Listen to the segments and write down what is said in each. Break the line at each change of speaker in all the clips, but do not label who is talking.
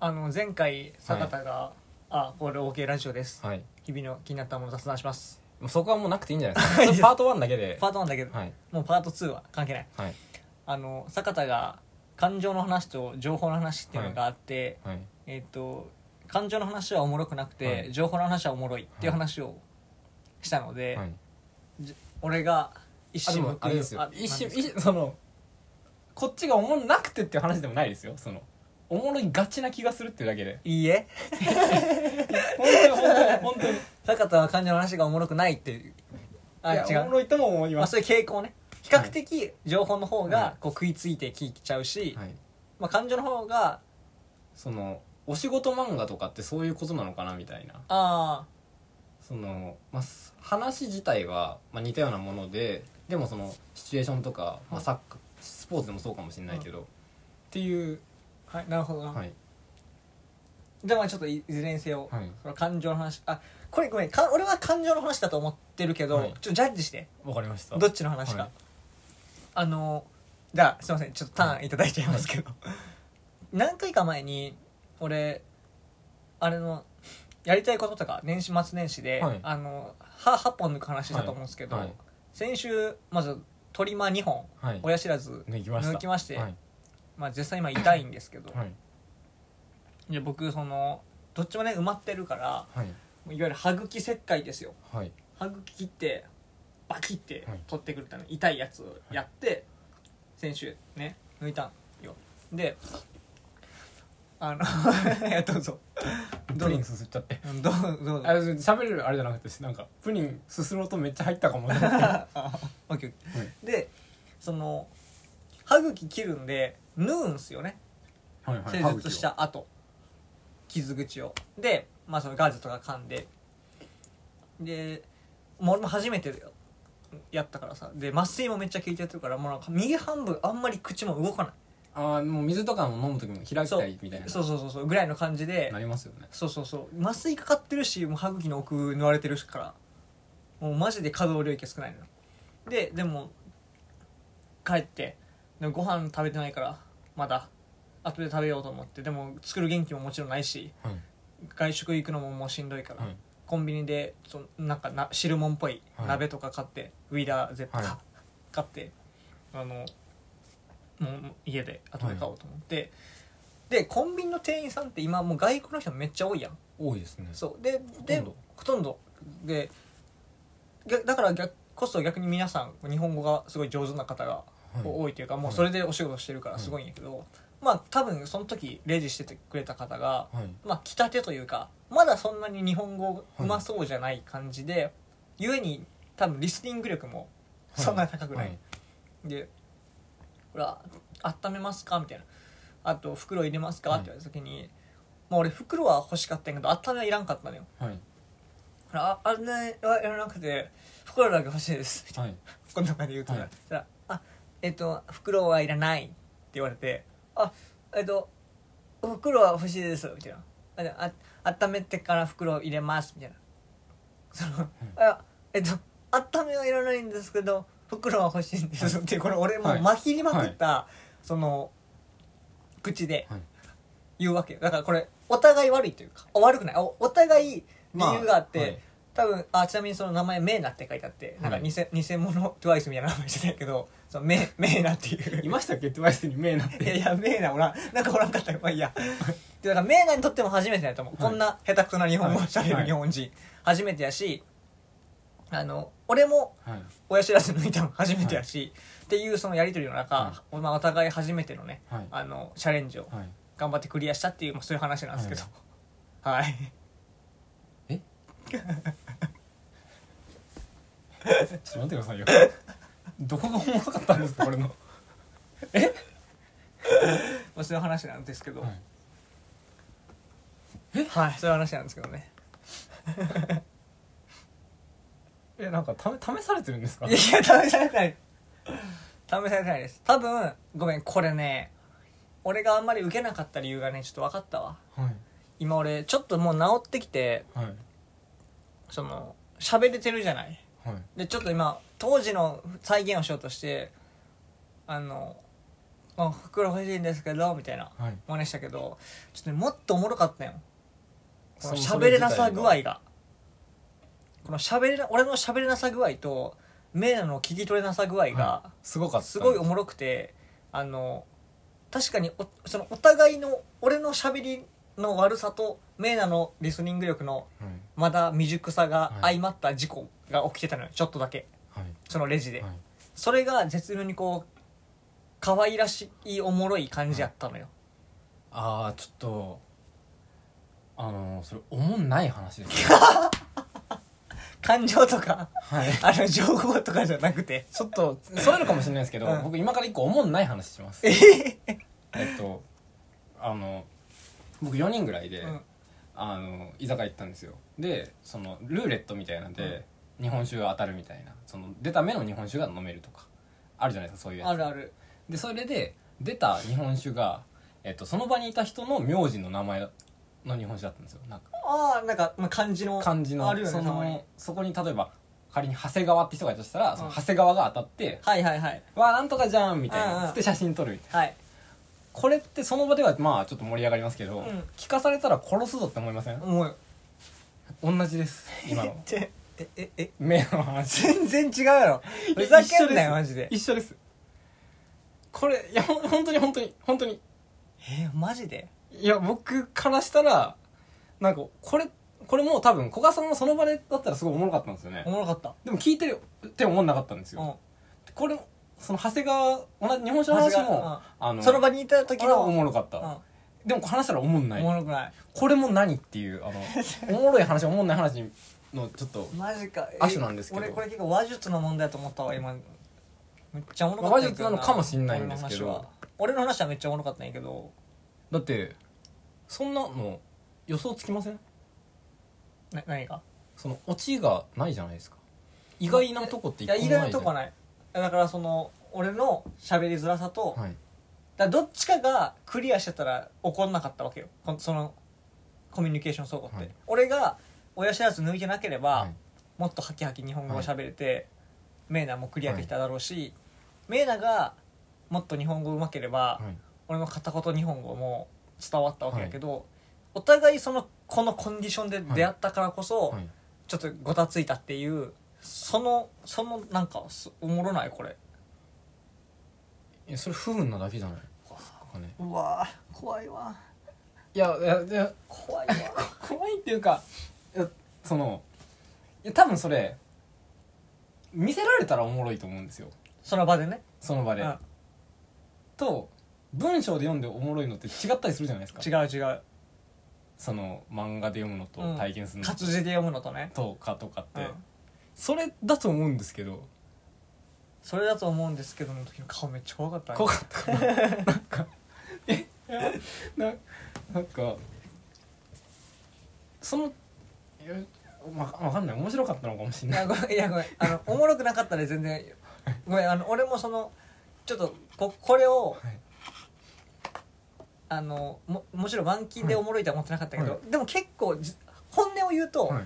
あの前回坂田が、あこれ OK ラジオです、
はい
日々の気になったもの雑談します
もうそこ はもうなくていいんじゃないです
はい
かそれパート1だけで
パート1だけど、
はい
もうパート2は関係ない
はい
あの坂田が感情の話と情報の話っていうのがあって、
はい
えっ、と感情の話はおもろくなくて、
はい
情報の話はおもろいっていう話をしたので、
はい
俺が一
あで
矢
も
報
あ
い
れ
を
ですよ
あ
一瞬
なんですか
一そのこっちがおもんなくてっていう話でもないですよそのおもろいがちな気がするっていうだけで
いいえ
本当に本当に本当に
坂田は感情の話がおもろくないっていうあ
い
違
やおも
う
ろいとも思い
まあ
ます
そういう傾向ね比較的情報の方
はい
がこう食いついて聞いちゃうし、
はい
まあ、感情の方が
そのお仕事漫画とかってそういうことなのかなみたいな
あ
その、まあ、す話自体は、まあ、似たようなものででもそのシチュエーションとか、まあ、サッカースポーツでもそうかもしれないけど、っていう
あはいなるほどな、
はい
でもちょっといいずれにせよ、
はい
その感情の話あこれごめんか俺は感情の話だと思ってるけど、
は
ちょ
い
っとジャッジして
わかりました
どっちの話か、
はい
あのじゃあすいませんちょっとターンいただいちゃいますけど、何回か前に俺あれのやりたいこととか年始末年始で、
はい
あの歯8本抜く話したと思うんですけど、
はいはい
先週まず鳥間2本
はい
親知らず、
抜きました
抜きまして
はい
まあ、実際今痛いんですけど、
はい
で僕そのどっちもね埋まってるから
は
い
い
わゆる歯茎切開ですよ
はい
歯茎切ってバキって
はい
取ってくるため痛いやつをやって、先週ね抜いたんよであの いやどうぞど
プ
う
リ
ぞ
ンすすっちゃって
どうぞどうぞ
あ喋れるあれじゃなくてなんかプリンすする音めっちゃ入ったか もはい
あオッケーオッケーでその歯茎切るんで縫うんすよね
はいはい
施術した後傷口をで、まあ、そのガーゼとか噛んででもう俺も初めてやったからさで麻酔もめっちゃ効いてやってるからもうなんか右半分あんまり口も動かない
ああもう水とかも飲む時も開い
そう
たりみたいな
そうそうそうそうぐらいの感じで
なりますよね
そうそうそう麻酔かかってるしもう歯茎の奥縫われてるからもうマジで可動領域が少ないのよででも帰ってでもご飯食べてないからまだ後で食べようと思ってでも作る元気ももちろんないし
はい
外食行くのももうしんどいから、
はい
コンビニでそのなんかな汁物っぽい
はい
鍋とか買って、ウィーダーゼットか
はい
買ってあのもう家で後で買おうと思って、でコンビニの店員さんって今もう外国の人めっちゃ多いやん
多いですね
そうでで
ほとんど
ほとんどで逆だから逆こそ逆に皆さん日本語がすごい上手な方が
はい
多いというか、もうそれでお仕事してるからすごいんやけど、まあ多分その時レジしててくれた方が
はい
まあ、来たてというかまだそんなに日本語うまそうじゃない感じで、故に多分リスニング力もそんなに高くない、
はい
で「ほら温めますか?」みたいな「あと袋入れますか?」って言われた時に、まあ、俺袋は欲しかったんやけど温めはいらんかったのよ
はい
「ほらああれはいらなくて袋だけ欲しいです」みたいな、
はい
こんな感じで言うと、
はい
そしたら「あえっ、と袋はいらない」って言われて「あえっ、と袋は欲しいです」みたいなあであ温めてから袋を入れます」みたいなその「あえっ、と温めはいらないんですけど袋は欲しいんです」っていうこれ俺もう
はい
まきりまくった、その口で
はい
言うわけよだからこれお互い悪いというかあ悪くないおお互い理由があって、
まはい
多分あちなみにその名前メーナって書いてあってなんか
はい
偽,、偽物 TWICE みたいな名前してたけど そのメメーナっていう
いましたっけトゥワイスに目なっ
いや
て
いやメーナおらんなんかおらんかったよまあいいやでだからメーナにとっても初めてだと思う、
はい
こんな下手くそな日本語をしゃべ
は
る
い
日本人、初めてやしあの俺も
はい
親知らず抜いたの初めてやし、っていうそのやり取りの中、
は
まあお互い初めてのね
はい
あのチャレンジを
はい
頑張ってクリアしたっていう、まあ、そういう話なんですけどはい、
ちょっと待ってくださいよどこが重かったんですかこれ の
まあ、そういう話なんですけど、
はい
はい、そういう話なんですけどね
えなんか試試されてるんですか
いやいや、試されてない。試されてないです。多分、ごめん、これね、俺があんまり受けなかった理由がね、ちょっと分かったわ。
はい
今俺、ちょっともう治ってきて、
はい
その、喋れてるじゃない。
はい
で、ちょっと今、当時の再現をしようとして、あの、 「あ袋欲しいんですけど」みたいな
はい
真似したけどちょっとねもっとおもろかったよこの
その
喋れなさ具
そ
合
れ自体
がこの喋れな俺の喋れなさ具合とメイナの聞き取れなさ具合が
はいすごかった
すごいおもろくてあの確かにおそのお互いの俺の喋りの悪さとメイナのリスニング力の
はい
まだ未熟さが相まった事故が起きてたのよちょっとだけ
はい
そのレジで、
はい
それが絶妙にこう可愛らしいおもろい感じやったのよ、
ああちょっとあのそれおもんない話ですね
感情とか
はい
あの情報とかじゃなくて
ちょっとそれるかもしれないですけど、
うん
僕今から一個おもんない話します
え
えっとあの僕4人ぐらいで、
うん
あの居酒屋行ったんですよでそのルーレットみたいなんで、日本酒が当たるみたいなその出た目の日本酒が飲めるとかあるじゃないですかそういうやつ
あるある
でそれで出た日本酒が、えっと、その場にいた人の名字の名前の日本酒だったんですよなんか
ああなんか、まあ、漢字の
漢字の
あるよね
そ
たまに
のそこに例えば仮に長谷川って人がいたとしたら、その
うん
長谷川が当たって
はいはいはい
「わあなんとかじゃん」みたい
うんうん
なつって写真撮るみたいな
はい
これってその場ではまあちょっと盛り上がりますけど、
うん
聞かされたら殺すぞって思いません、
もう
同じです 今の
えええ
目の話
全然違うやろふざけんなよマジで
一緒ですこれいやほん本当に本当に本当に
えマジで
いや僕からしたらなんかこれこれもう多分古賀さんのその場でだったらすごいおもろかったんですよね
おもろかった
でも聞いてるって思んなかったんですよ、
う
これその長谷川同じ日本酒の話
長谷
も
川、
あ
ん
の
その場にいた時
これは
の
おもろかっ
う
た、
ん
でも話したらおもんない
おもろくない
これも何っていうあ のおもろい話おもんない話のちょっと
マジかえ
亜種なんですけど
俺これ結構話術の問題だと思ったわ今めっちゃおもろかったんやけど
話術なのかもしんないんですけど
俺の話は俺の話はめっちゃおもろかったんやけど
だってそんなの予想つきません
な何が
そのオチがないじゃないですか意外なとこって
い
一
や
個も
意
な
外
いじゃん
なとこはないだからその俺の喋りづらさと、
はい
だからどっちかがクリアしてたら怒んなかったわけよこんそのコミュニケーション相互って、
はい
俺が親知らず抜いてなければ、
はい
もっとハキハキ日本語を喋れて、メイナもクリアできただろうし、メイナがもっと日本語うまければ、
はい
俺の片言日本語も伝わったわけやけど、お互いそのこのコンディションで出会ったからこそ、
はい
ちょっとごたついたっていうそのそのなんかすおもろないこれ
いやそれ不運なだけじゃないですかね
うわ怖いわ
いやいやいや
怖いわ
怖いっていうかいやそのいや多分それ見せられたらおもろいと思うんですよ
その場でね
その場で
うん
と文章で読んでおもろいのって違ったりするじゃないですか
違う違う
その漫画で読むのと体験するの
活字で読むのとね、
とかとかっ
う
て
ん
それだと思うんですけど
それだと思うんですけどの時の顔めっちゃ怖かったね
怖かったかななんかえななんかそのいやわかわかんない面白かったのかもしれ
い
ない
やごめんいやごめんあのおもろくなかったら全然ごめんあの俺もそのちょっとここれを
はい
あのももちろん満金でおもろいとは思ってなかったけど、
は
でも結構じ本音を言うと、
はい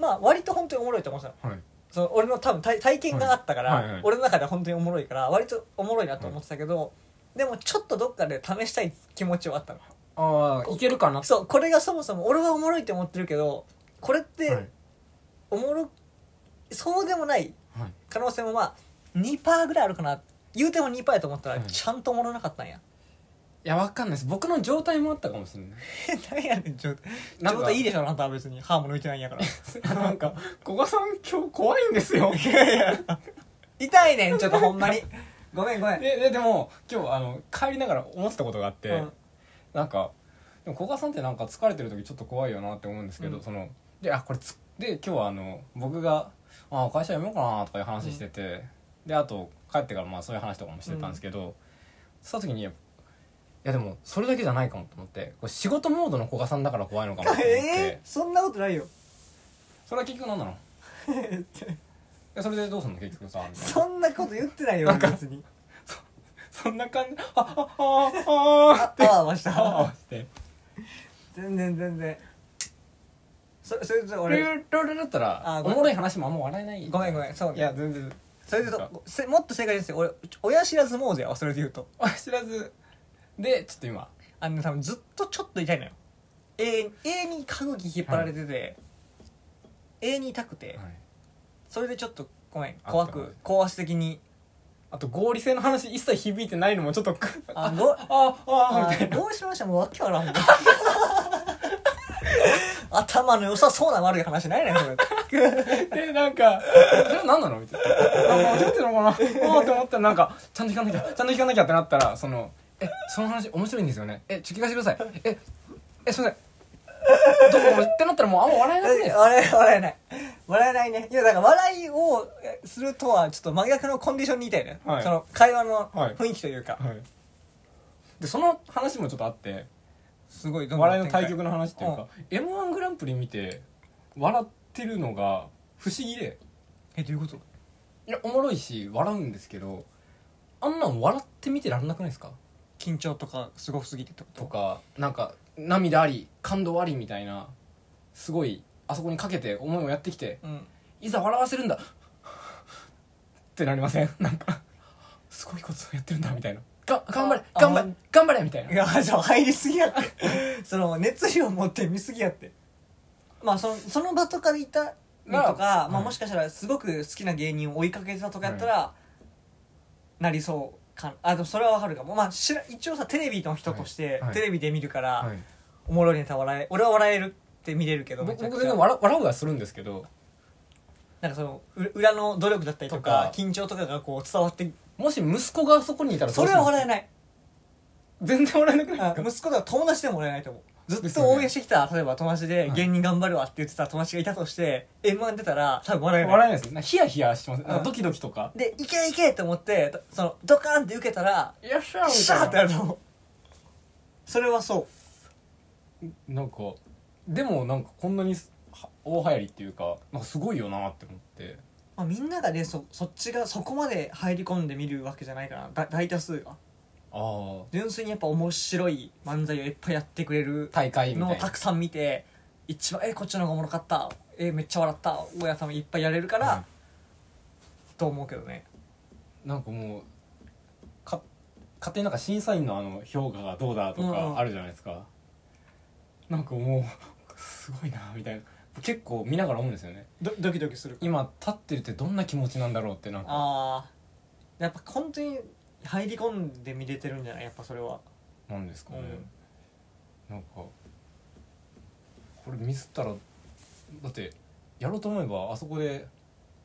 まあ割と本当におもろいと思ってたの
はい
その俺の多分体体験があったから、
はいはいはい
俺の中では本当におもろいから割とおもろいなと思ってたけど、でもちょっとどっかで試したい気持ちはあったの
ああいけるかな
そうこれがそもそも俺はおもろいって思ってるけどこれっ
はい
ておもろ、そうでもない
はい
可能性もまあ2%ぐらいあるかな言うても2%やと思ったら
はい
ちゃんとおもろなかったんや、
いやわかんないです僕の状態もあったかもしれない
え何やねん状態
なん
状
か
態いいでしょあなたは別に歯も抜いてないんやから
なんか古賀さん今日怖いんですよ
痛いねん ちょっとほんまにごめんごめん、
でででも今日あの帰りながら思ってたことがあって、
うん
なんかでも古賀さんってなんか疲れてる時ちょっと怖いよなって思うんですけど、
うん
そのであこれつで今日はあの僕が「あ会社辞めようかな」とかいう話してて、であと帰ってからまあそういう話とかもしてたんですけど、した時にいやでもそれだけじゃないかもと思ってこれ仕事モードの古賀さんだから怖いのかもと思って、
えー、そんなことないよ
それは結局何なのいやそれでどうすんの結局さみたい な
そんなこと言ってないよ別に
そんな感じあああああ
ああわわし
ああ
た
あして
全然全然そそれと
これ
俺
だった
あ
ら
ご
お
めん
もろい話もあんま笑えない
ごめんごめんそうね
いや全然
それで
なん
とせもっと正解ですよ俺親知らずもうぜそれで言うと
あ知らずでちょっと今
あのね多分ずっとちょっと痛いのよ永遠永遠に歯茎引っ張られてて、永遠に痛くて、それでちょっとごめん
あ
怖
あった
く
ね
高圧的に
あと合理性の話一切響いてないのもちょっと
あ
あ
ご
ああ
あ
みたいな
どうしましたもうわけわからん もん頭の良さそうな悪い話ないねそれ
でなんかそれ何なのみたいななんか間違ってるのかなあーって思ったらなんかちゃんと聞かなきゃちゃんと聞かなきゃってなったらそのえその話面白いんですよねえちょっと聞かせてくださいええすいませんどうもってなったらもうあんま笑えなくないです
笑え笑えない笑えないねいやだから笑いをするとはちょっと真逆のコンディションにいたよね、
はい
その会話の
はい
雰囲気というか、
はい、でその話もちょっとあって
すごいどんどん
笑いの
展開
対局の話っていうか m 1グランプリ見て笑ってるのが不思議で
えどういうこと
いやおもろいし笑うんですけどあんなん笑って見てられなくないですか
緊張とかすごすぎてってこと
とかなんか涙あり感動ありみたいなすごいあそこにかけて思いをやってきて
うん
いざ笑わせるんだ ってなりません なんかすごいことやってるんだみたいなが頑張れ
あ
頑張
あ
れ頑張れみたいない
やそう入りすぎやって その熱量持って見すぎやってまあそのその場とかでいたりと
ま
か、
あ
ま
は
あ、
い
もしかしたらすごく好きな芸人を追いかけてたとかやったら、なりそうかあでもそれはわかるかも、まあ、知ら一応さテレビの人として、
はいはい
テレビで見るから、
はい
おもろいネタ笑え俺は笑えるって見れるけどめ
僕
ちゃ
僕
く
全
ちゃ
然笑う笑うはするんですけど
なんかそのう裏の努力だったりとか
とか
緊張とかがこう伝わって
もし息子があそこにいたらど
そうれ
する
は
んです
笑えない
全然笑えなく ない
あ
です
息子
か
とは友達でも笑えないと思うず
で
っ
すよ
と
ね
応援してきた例えば友達で
はい
芸人頑張るわって言ってた友達がいたとして m 1出たら多分笑えない
笑えないですよなんかヒヤヒヤしてますなんかドキドキとか
でいけいけと思ってそのドカーンって受けたら
いらっしゃいみ
シャー
た
っ
い
て
な
やると思うそれはそう
なんかでもなんかこんなにすは大流行りっていうかなんかすごいよなって思って
まあ、みんながねそそっちがそこまで入り込んで見るわけじゃないかなだ大多数が
あ
純粋にやっぱ面白い漫才をいっぱいやってくれる
あ大会み
の
た
を
いな
たくさん見て一番「えこっちの方がおもろかった」「えめっちゃ笑った」「親様いっぱいやれるから」と思うけどね
なんかもうか勝手になんか審査員のあの評価がどうだと
うんう
か
ん
あるじゃないですか、なんかもう すごいなみたいな結構見ながら思うんですよね
ドドキドキする
今立ってるってどんな気持ちなんだろうってなんか
ああやっぱ本当に入り込んで見れてるんじゃないやっぱそれは
なんですかね、なんかこれミスったらだってやろうと思えばあそこで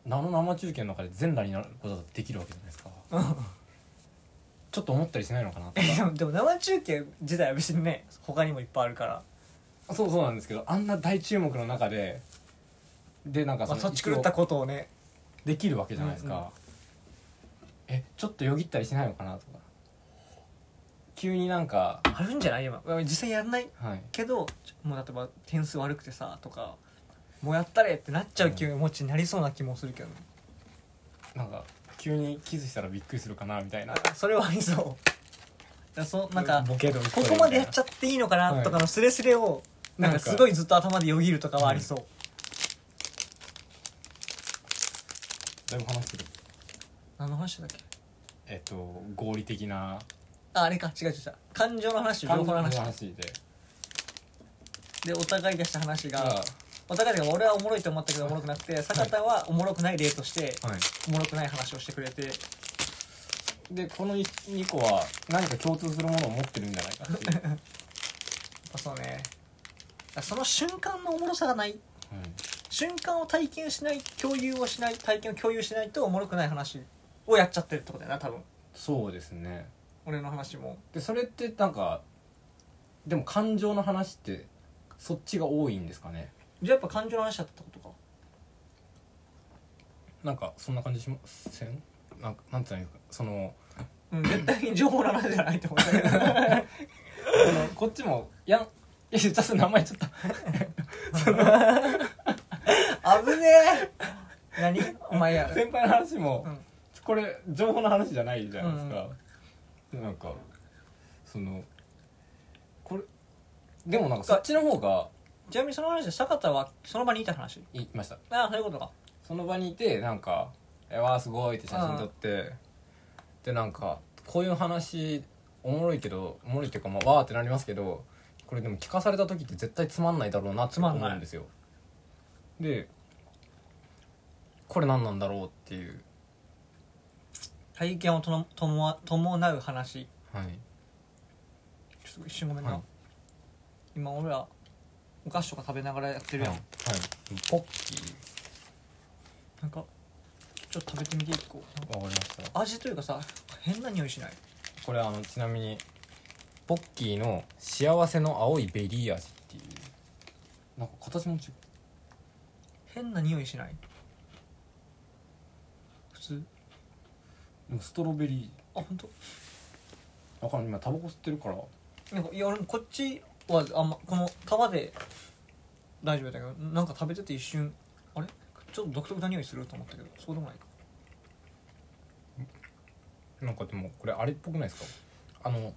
あの生中継の中で全裸になることだってできるわけじゃないですか ちょっと思ったりしないのかなとか
でも でも生中継自体は別にね他にもいっぱいあるから、
そうそうなんですけどあんな大注目の中ででなんか
まあ、
の
そっち狂った
一応
ことをね
できるわけじゃないですか、
うんうん
えちょっとよぎったりしないのかなとか急になんか
あるんじゃない今実際やらない
はい
けどちょもう例えば点数悪くてさとかもうやったれってなっちゃう気持ちになりそうな気もするけどね、
なんか急にキスしたらびっくりするかなみたいな
あそれはありそうだからそうなんか
ボケでも聞
こ
えるみたいな
こまでやっちゃっていいのかなとかのスレスレをなんかすごいずっと頭でよぎるとかはありそう
だいぶ話してる
何の話だっけ
えっと合理的な
ああれか違う違う違う感情の話と情報の話
話で
でお互いがした話
が
がお互いが俺はおもろいと思ったけどおもろくなくて坂田はおもろくない例としておもろくない話をしてくれて
でこの2個は何か共通するものを持ってるんじゃないかって いう、はい
そうねその瞬間のおもろさがない瞬間を体験しない共有をしない体験を共有しないとおもろくない話をやっちゃってるってことだよな多分
そうですね
俺の話も
でそれってなんかでも感情の話ってそっちが多いんですかね
じゃあやっぱ感情の話だったってことか
なんかそんな感じしませんなんかなんていうのその
うん絶対に情報の話じゃないと思うんだけど
このこっちもやんいやちょっと名前ちょっと
危ねえ何お前や
先輩の話も、
うん
これ情報の話じゃないじゃないですか、なんかそのこれでもなんかそっちの方が
ちなみにその話で坂田はその場にいた話
いました
ああそういうことか
その場にいてなんかえわあすごいって写真撮ってでなんかこういう話おもろいけどおもろいっていうかまあわーってなりますけどこれでも聞かされた時って絶対つまんないだろうなって
つま
思
んない
うんですよでこれ何なんだろうっていう
体験をとのともわ伴う話
はい
ちょっと一瞬ごめんな、
はい
今俺らお菓子とか食べながらやってるやん、
はいポッキ
なんかちょっと食べてみて一個
ーわかりました
味というかさ変な匂いしない
これあのちなみにポッキーの幸せの青いベリー味っていうなんか形も違う
変な匂いしない普通
でもストロベリ
あ本当
ーわかんない今タバコ吸ってるから
なんかいや俺もこっちはあんまこの皮で大丈夫だけどなんか食べてて一瞬あれちょっと独特な匂いすると思ったけどそうでもないか
なんかでもこれあれっぽくないですかあの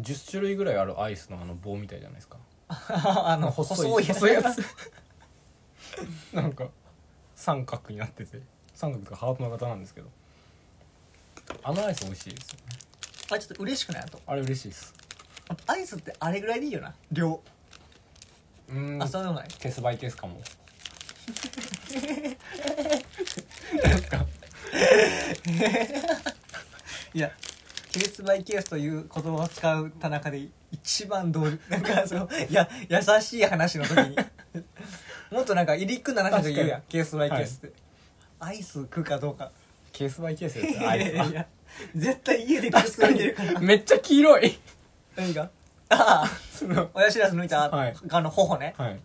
10種類ぐらいあるアイスのあの棒みたいじゃないですか
あの細い
細いやつ なんか三角になってて三角とかハートの型なんですけどあのアイス美味しいですよね
あちょっと嬉しくないあと
あれ嬉しいです
あとアイスってあれぐらいでいいよな量、
うーん
あそうでもない
ケースバイケースかも
いやケースバイケースという言葉を使う田中で一番どうなんかそ のいや優しい話の時に もっとなんか入り組んだ話で言うやんケースバイケースって、アイス食うかどうか
ケースバイケースで
い
すよア
や
イス
いやい
は
や絶対家でケースバイるから
めっちゃ黄色い
何がああ
その
親知らず抜いた、
はい
あの頬ね
はい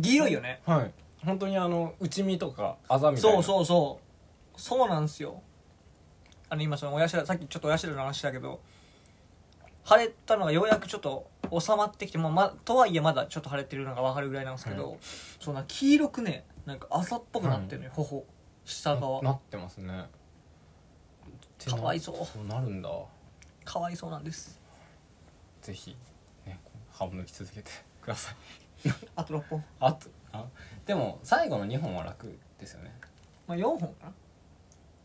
黄色いよね
はい本当にあの内身とかあざみたい
そ
な
うそうそうそうなんすよあの今その親知らずさっきちょっと親知らずの話だけど腫れたのがようやくちょっと収まってきて、まあま、とはいえまだちょっと腫れてるのが分かるぐらいなんですけど、そんな黄色くねなんか朝っぽくなってるのよ、頬下側
ななってますね
かわいそう
そうなるんだ
かわいそうなんです
ぜひね歯を抜き続けてください
あと6本、
あとあでも最後の2本は楽ですよね
まあ、4本かな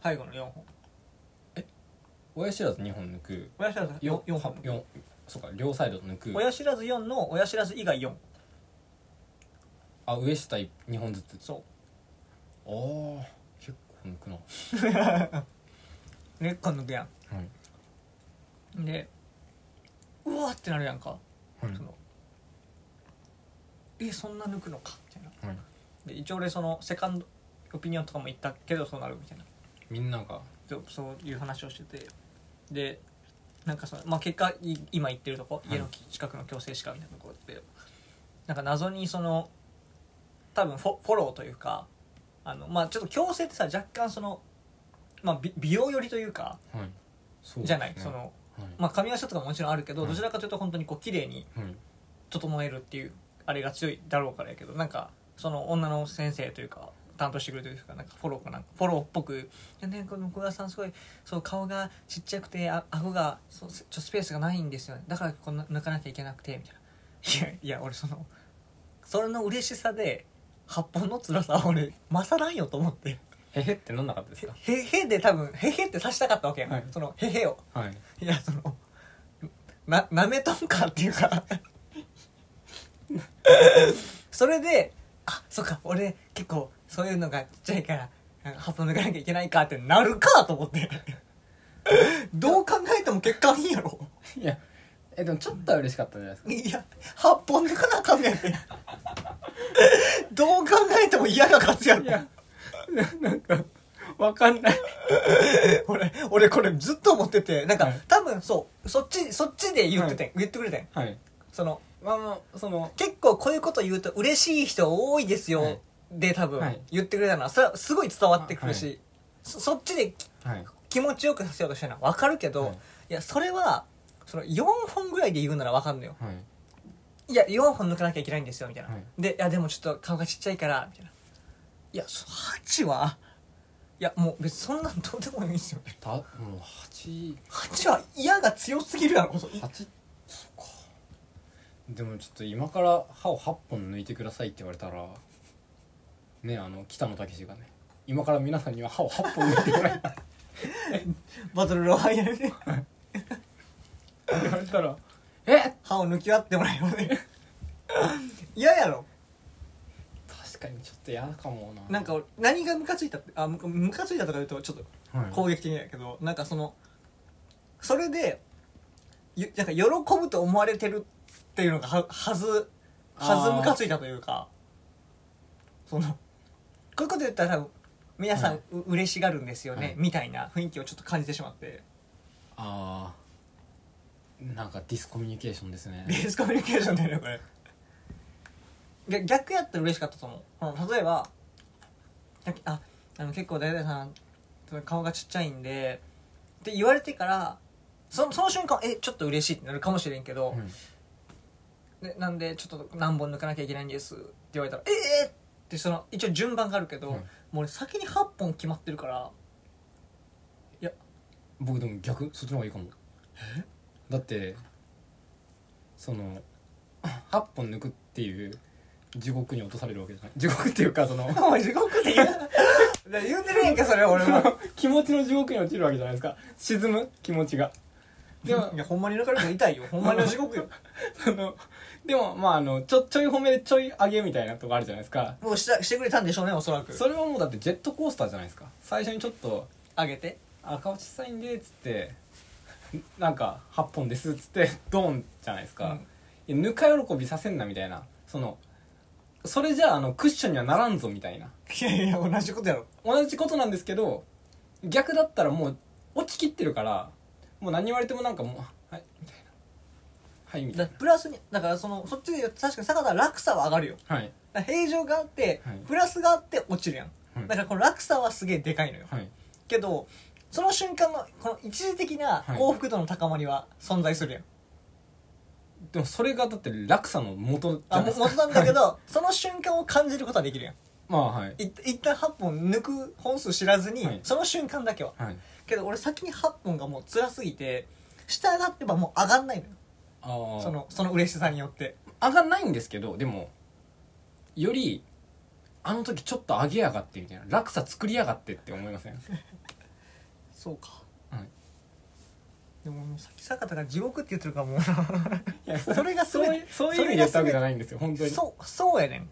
最後の4本
親知らず2本抜く
親知らず
よ
4, 四本
よそうか両サイド抜く
親知らず4の親知らず以外4
あ上下2本ずつ
そ
あー結構抜くな
う根っこ抜くや
はい
んでうわーってなるやんか
はい
そのえそんな抜くのかみたいな
はい
で一応俺そのセカンドオピニオンとかも言ったけどそうなるみたいな
みんなが
そうそういう話をしててでなんかその、まあ、結果い今行ってるとこ
い
家の近くの矯正歯科みたいなところって、なんか謎にその多分フォフォローというかあのまあちょっと矯正ってさ若干その、まあ、美美容寄りというか
はいそうですね
じゃないその、
はい
まあ、髪型とかももちろんあるけど、
はい
どちらかというと本当にこう綺麗に
はい
整えるっていうあれが強いだろうからやけどなんかその女の先生というか担当してくれてるというかなんかフォローかなんかフォローっぽく「でねこの小川さんすごいそう顔がちっちゃくてあ顎がそうちょっとスペースがないんですよねだからこんな抜かなきゃいけなくて」みたいな「いやいや俺そのそれの嬉しさで八本の辛さは俺勝らんよ」と思って
えへってなんなかったですか
「へへ」で多分「へへ」って刺したかったわけやん、
はい
その「へへ」を。
はい
いやそのななめとんかっていうかそれであそっか俺結構そういうのがちっちゃいからなんか発砲抜かなきゃいけないかってなるかと思ってどう考えても結果いいやろ
いやえでもちょっとは嬉しかったんじゃないですか
いや8本抜かなあかんねんてどう考えても嫌な勝つやろ
いやなんかわかんない
俺俺これずっと思っててなんか、
はい
多分そうそっちそっちで言ってて、言ってくれてん
はい
その
まあまあその
結構こういうこと言うと嬉しい人多いですよ、
はい
で多分、
はい
言ってくれたのはそれはすごい伝わってくるし、
は
そそっちでき
はい
気持ちよくさせようとしてるのは分かるけど、
はい
い、やそれはその4本ぐらいで言うなら分かんのよ
はい
いや4本抜かなきゃいけないんですよみたいな、
はい
でいやでもちょっと顔がちっちゃいからみたいないやそ8はいやもう別にそんなんどうでもいいんですよね
たもう八
8は嫌が強すぎるやろそ
八そうかでもちょっと今から歯を八本抜いてくださいって言われたらねあの北野武がね「今から皆さんには歯を8本抜いてもらいたい
バトルロワイヤルで
って言われたら「え
歯を抜き割ってもらえばね嫌やろ
確かにちょっと嫌かもな」
なんか俺何がムカついたってあムカムカついたとか言うとちょっと
はい
攻撃的だけどなんかそのそれでゆなんか喜ぶと思われてるっていうのがははずはず
あー
ムカついたというかそのこういうこと言ったら多分皆さん、
は
う嬉しがるんですよね、
はい
みたいな雰囲気をちょっと感じてしまって
あーなんかディスコミュニケーションですね
ベースコミュニケーションだよねこれ 逆逆やったら嬉しかったと思うこの例えばなんかああの結構大体さんその顔がちっちゃいんでって言われてからそその瞬間えちょっと嬉しいってなるかもしれんけど、
うん
でなんでちょっと何本抜かなきゃいけないんですって言われたらええー、ってその一応順番があるけど、
うん
もう俺先に8本決まってるから
僕でも逆そっちの方がいいかもだってその8本抜くっていう地獄に落とされるわけじゃない地獄っていうかその
お前地獄って 言うで言うてるやんけそれ俺
そ
も
の気持ちの地獄に落ちるわけじゃないですか沈む気持ちがでも
いやほんまに抜かれて痛いよほんまに地獄よ
そのでもまああのちょちょい褒めでちょい上げみたいなとこあるじゃないですか
もうしたしてくれたんでしょうねおそらく
それはもうだってジェットコースターじゃないですか最初にちょっと
あげて
「あ顔小さいんで」っつって 「なんか8本です」っつって ドーンじゃないですか、いやぬか喜びさせんなみたいなそのそれじゃああのクッションにはならんぞみたいない
やいや同じことやろ
同じことなんですけど逆だったらもう落ちきってるからもう何言われてもなんかもうあ「はい」みたいな「はい」みた
だ
い
プラスにだからそのそっちで言うと確かに坂田は落差は上がるよ
なはい
だから平常があって、
はい
プラスがあって落ちるやん、
はい
だからこの落差はすげえでかいのよ、
はい
けどその瞬間のこの一時的な
はい
幸福度の高まりは存在するやん、
でもそれがだって落差の元じゃ
あ
ないで
も
すか
元なんだけ
はい
どその瞬間を感じることはできるやん
まあはい
い一旦8本抜く本数知らずに、
はい
その瞬間だけは
はい
けど俺先に8本がもう辛すぎて下上がってばもう上がんないのよ
あー
そのその嬉しさによって
上がんないんですけどでもよりあの時ちょっと上げやがってみたいな落差作りやがってって思いません
そうか
はい
でももうさっき坂田が地獄って言ってるからもう
いや
それが
そういうそういう意味で言ったわけじゃないんですよ本当に
そうそうやねん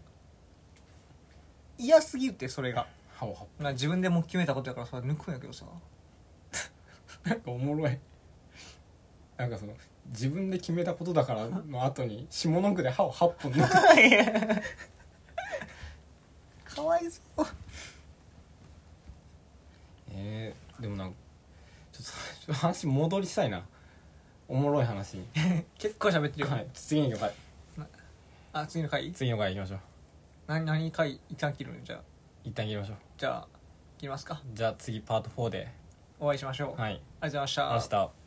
嫌すぎるってそれが
歯を
な自分でもう決めたことやからそれ抜くんやけど さ
なんかおもろいなんかその自分で決めたことだからの後に下の句で歯を8本抜く
かわいそう
えー、でもなんかちょっとちょっと話戻りしたいなおもろい話に
結構喋ってるよ、
はい次の回
あ次の回
次の回行きましょう
何何回一旦切るんじゃあ
一旦切りましょう
じゃあ切りますか
じゃあ次パート4で
お会いしましょう、
は
あり
い
がとうございました
明日